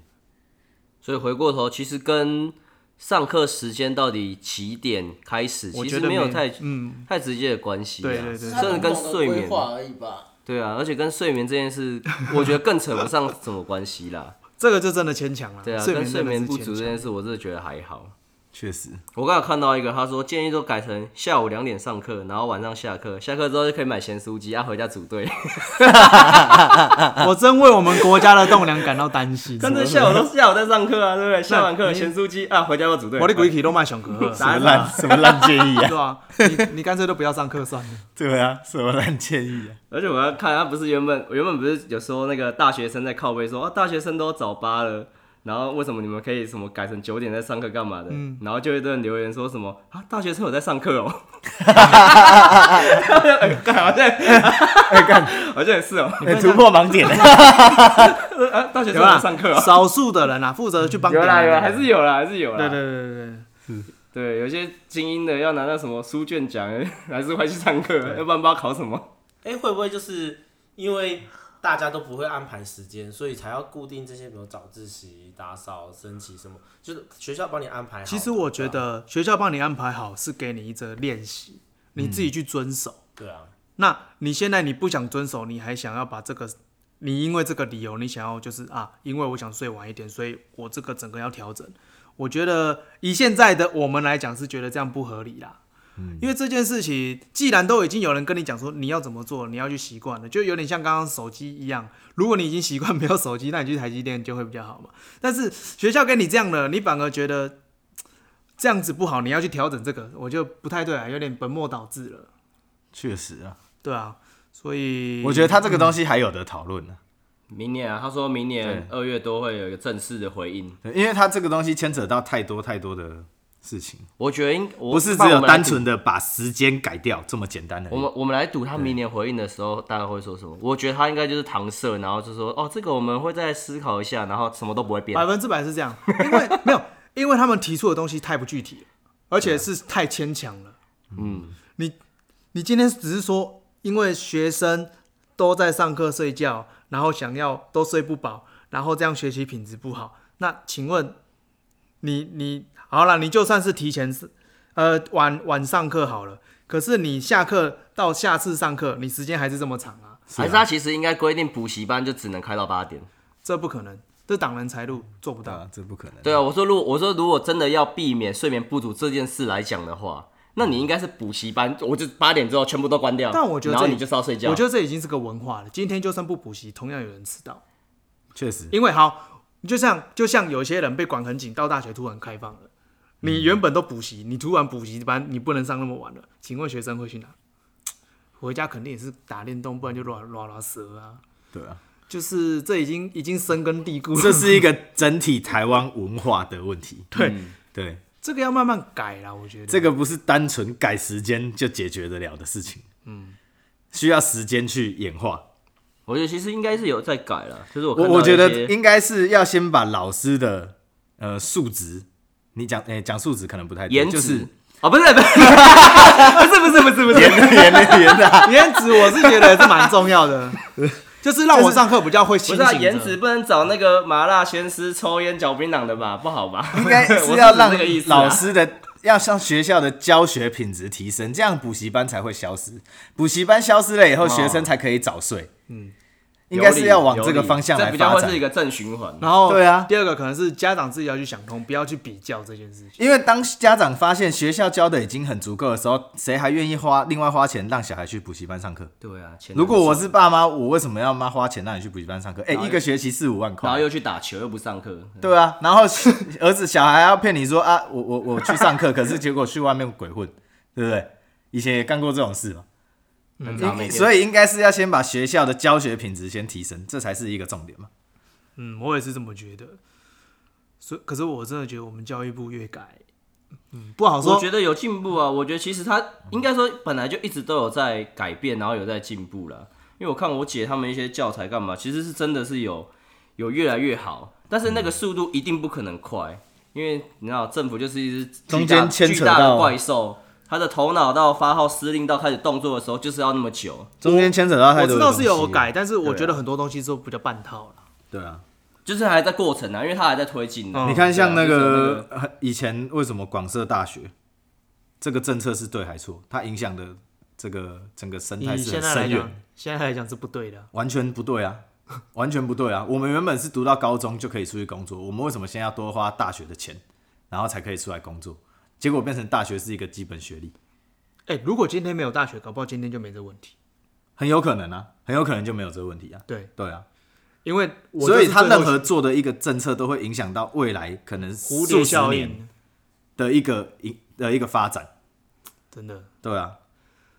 E: 所以回过头，其实跟上课时间到底几点开始，
B: 我
E: 其
B: 觉
E: 实
B: 得
E: 没有太
B: 嗯，
E: 太直接的关系啊，
B: 对对对
C: 是他
E: 甚至跟
C: 不懂得
E: 睡
C: 规
E: 眠，
C: 划而已吧。
E: 对啊，而且跟睡眠这件事， 我觉得更扯不上什么关系 啦。
B: 这个就真的牵强了。
E: 对啊，
B: 睡
E: 跟
B: 眠
E: 睡
B: 真的
E: 眠
B: 是
E: 不
B: 牵
E: 足这
B: 强
E: 件事，我真的觉得还好。
D: 确实，
E: 我刚有看到一个，他说建议都改成下午两点上课，然后晚上下课，下课之后就可以买咸酥鸡，啊回家组队。啊
B: 我真为我们国家的栋梁感到担 心。
E: 真的下午 都下午在上课啊，对不对？下完课咸酥鸡啊，回家要组队。
B: 我的鬼体都卖上 课
D: 什么
B: 了，
D: 烂 什么烂建议
B: 对
D: 啊？
B: 吧？你你干脆都不要上课算了。
D: 对啊， 什么烂建议啊？
E: 而且我要看他不是原本原本不是有时候那个大学生在靠背说啊，大学生都早八了。然后为什么你们可以什么改成九点再上课干嘛的？然后就有一顿留言说什么啊，大学生有在上课哦，干 好像好像也是哦，
D: 哎突破盲 点，
E: 啊大学生
B: 有
E: 有在
B: 啦
E: 上课哦，
B: 少数的人啦，啊负责去帮别
E: 有
B: 人
E: 啦
B: 的
E: 有啦，
B: 人。
E: 还是有啦还是有啦，
B: 对对对对对，
E: 对，有些精英的要拿到什么书卷奖， 还是快去上课，要不然不知道考什么。
C: 哎、会不会就是因为大家都不会安排时间，所以才要固定这些，比如早自习、打扫、升旗什么，就是学校帮你安排好。
B: 其实我觉得学校帮你安排好是给你一则练习，你自己去遵守。
C: 对啊，
B: 那你现在你不想遵守，你还想要把这个，你因为这个理由，你想要就是啊，因为我想睡晚一点，所以我这个整个要调整。我觉得以现在的我们来讲，是觉得这样不合理啦。因为这件事情，既然都已经有人跟你讲说你要怎么做，你要去习惯了，就有点像刚刚手机一样。如果你已经习惯没有手机，那你去台积电就会比较好嘛。 但是学校跟你这样了，你反而觉得嘖这样子不好，你要去调整这个，我就不太对啊，有点本末倒置了。
D: 确实啊，
B: 对啊，所以
D: 我觉得他这个东西还有得讨论呢，
E: 明年啊，他说明年二月多会有一个正式的回应。
D: 对因为他这个东西牵扯到太多太多的事情，
E: 我觉得应我
D: 不是只有单纯的把时间改掉这么简单的
E: 我。们我们来赌他明年回应的时候大概会说什么？我觉得他应该就是搪塞，然后就说哦，这个我们会再思考一下，然后什么都不会变
B: 百。分之百是这样，因为没有，因为他们提出的东西太不具体了，而且是太牵强了。
E: 嗯，
B: 你你今天只是说，因为学生都在上课睡觉，然后想要都睡不饱，然后这样学习品质不好。那请问你你好了，你就算是提前是呃晚晚上课好了，可是你下课到下次上课，你时间还是这么长啊？
E: 还是他其实应该规定补习班就只能开到八
D: 嗯
E: 点。
B: 这不可能，这挡人财路，做不到。
D: 啊，这不可能。
E: 对啊，我说如果我说如果真的要避免睡眠不足这件事来讲的话，那你应该是补习班，我就八点之后全部都关掉，
B: 但我觉得
E: 然后
B: 这
E: 你就是要睡觉。
B: 我觉得这已经是个文化了。今天就算不补习，同样有人迟到，
D: 确实，
B: 因为好，就像就像有些人被管很紧，到大学突然开放了，你原本都补习，你突然补习班，你不能上那么晚了。请问学生会去哪？回家肯定也是打电动，不然就拉拉拉蛇啊。
D: 对啊，
B: 就是这已经已经深根蒂固了，
D: 这是一个整体台湾文化的问题。
B: 对、
E: 嗯
D: 对，
B: 这个要慢慢改啦，我觉得
D: 这个不是单纯改时间就解决得了的事情。嗯，需要时间去演化。
E: 我觉得其实应该是有在改了，就是我看
D: 我
E: 到
D: 我觉
E: 一
D: 得
E: 些
D: 应该是要先把老师的呃素质，你讲诶讲素质可能不太对，
E: 颜
D: 就
E: 值
D: 是
E: 哦，不是不是不是不是不是不是，
D: 颜颜的
E: 啊
B: 颜值我是觉得是蛮重要的， 就是让我上课比较会清
E: 不
B: 醒
E: 是
B: 着。
E: 啊，颜值不能找那个麻辣鲜师抽烟嚼槟榔的吧？不好吧？
D: 应该
E: 我
D: 是
E: 是
D: 要
E: 指
D: 让
E: 这个意思啊
D: 老师的。要向学校的教学品质提升，这样补习班才会消失。补习班消失了以后，学生才可以早睡。嗯，应该是要往这个方向
E: 这
D: 来
E: 比较
D: 发
E: 会
D: 展
E: 是一。个正循环。
B: 然后
D: 对啊
B: 第二个可能是家长自己要去想通，不要去比较这件事情。
D: 因为当家长发现学校教的已经很足够的时候，谁还愿意花另外花钱让小孩去补习班上课？
E: 对啊，钱
D: 如果我是爸妈，我为什么要妈花钱让你去补习班上课？哎、一个学期四五万
E: 然后
D: 块，
E: 又去打球又不上课，
D: 对啊，然后儿子小孩要骗你说啊，我我我去上课， 可是结果去外面鬼混，对不对？以前也干过这种事嘛，
E: 很常每天
D: 所以嗯应该是要先把学校的教学品质先提升，这才是一个重点嘛。
B: 嗯，我也是这么觉得。所以可是我真的觉得我们教育部越改，嗯，不好
E: 我
B: 说。
E: 觉得有进步啊。我觉得其实他应该说本来就一直都有在改变，然后有在进步了。因为我看我姐他们一些教材干嘛，其实是真的是有有越来越好，但是那个速度一定不可能快，因为你知道政府就是一只巨
D: 中
E: 大
D: 间牵扯
E: 巨大的
D: 到
E: 怪兽，他的头脑到发号施令到开始动作的时候就是要那么久。
D: 中间牵扯到太
B: 我
D: 多
B: 知
D: 的东
B: 道
D: 西
B: 是有改，但是我觉得很多东西都比较半套了。
D: 对啊，
E: 就是还在过程啊，因为它还在推进呢、
B: 嗯
D: 你看像那
E: 对啊
D: 个呃以前为什么广设大学这个政策是对还错？它影响的这个整个生态
B: 以
D: 是
B: 现
D: 很
B: 在来
D: 深
B: 讲
D: 远，，
B: 现在来讲是不对的。
D: 完全不对啊， 完全不对啊！我们原本是读到高中就可以出去工作，我们为什么现在要多花大学的钱，然后才可以出来工作？结果变成大学是一个基本学历，
B: 哎、如果今天没有大学，搞不好今天就没这问题。
D: 很有可能啊，很有可能就没有这个问题啊。
B: 对，
D: 对啊，
B: 因为我
D: 所以他
B: 他
D: 任何做的一个政策都会影响到未来可能
B: 蝴
D: 数
B: 蝶
D: 十
B: 效
D: 年
B: 应，
D: 的一个一的一个发展。
B: 真的
D: 对啊，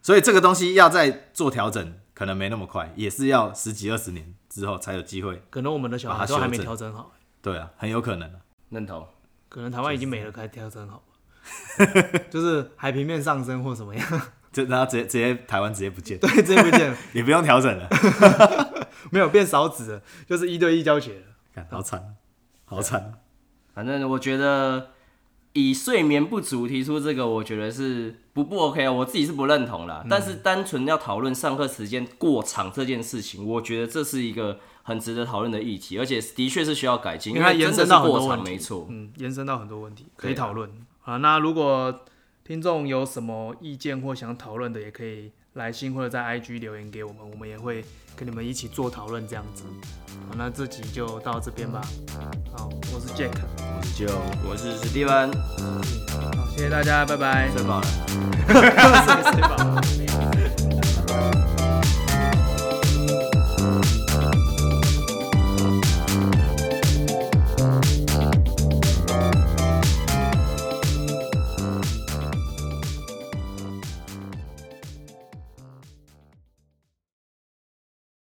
D: 所以这个东西要再做调整，可能没那么快，也是要十几二十年之后才有机会。
B: 可能我们的小
D: 把它
B: 孩都还
D: 修
B: 没
D: 正
B: 调整好，
D: 对啊，很有可能啊。
E: 认同。
B: 可能台湾已经没了，该调整好 了，就是海平面上升或怎么样，
D: 这然后直接直接台湾直接不见，
B: 对，这不见了
D: 也不用调整了，
B: 没有变少子了，就是一对一教学了。
D: 干好惨，啊好惨。
E: 反正我觉得以睡眠不足提出这个，我觉得是不不 OK 啊，我自己是不认同
B: 嗯
E: 啦。但是单纯要讨论上课时间过长这件事情，我觉得这是一个很值得讨论的议题，而且的确是需要改进，
B: 因
E: 因
B: 为它
E: 为
B: 延
E: 真的
B: 伸
E: 是
B: 到很
E: 过
B: 多问
E: 长，
B: 题
E: 没错。
B: 嗯，延伸到很多问题可以
E: 对啊
B: 讨论。好，那如果听众有什么意见或想讨论的，也可以来信或者在 IG 留言给我们，我们也会跟你们一起做讨论这样子。好，那这集就到这边吧。好，我是 Jack，
D: 我就
E: 我是史蒂文，
B: 好，谢谢大家，拜拜。
D: 睡饱了。
B: 谁谁保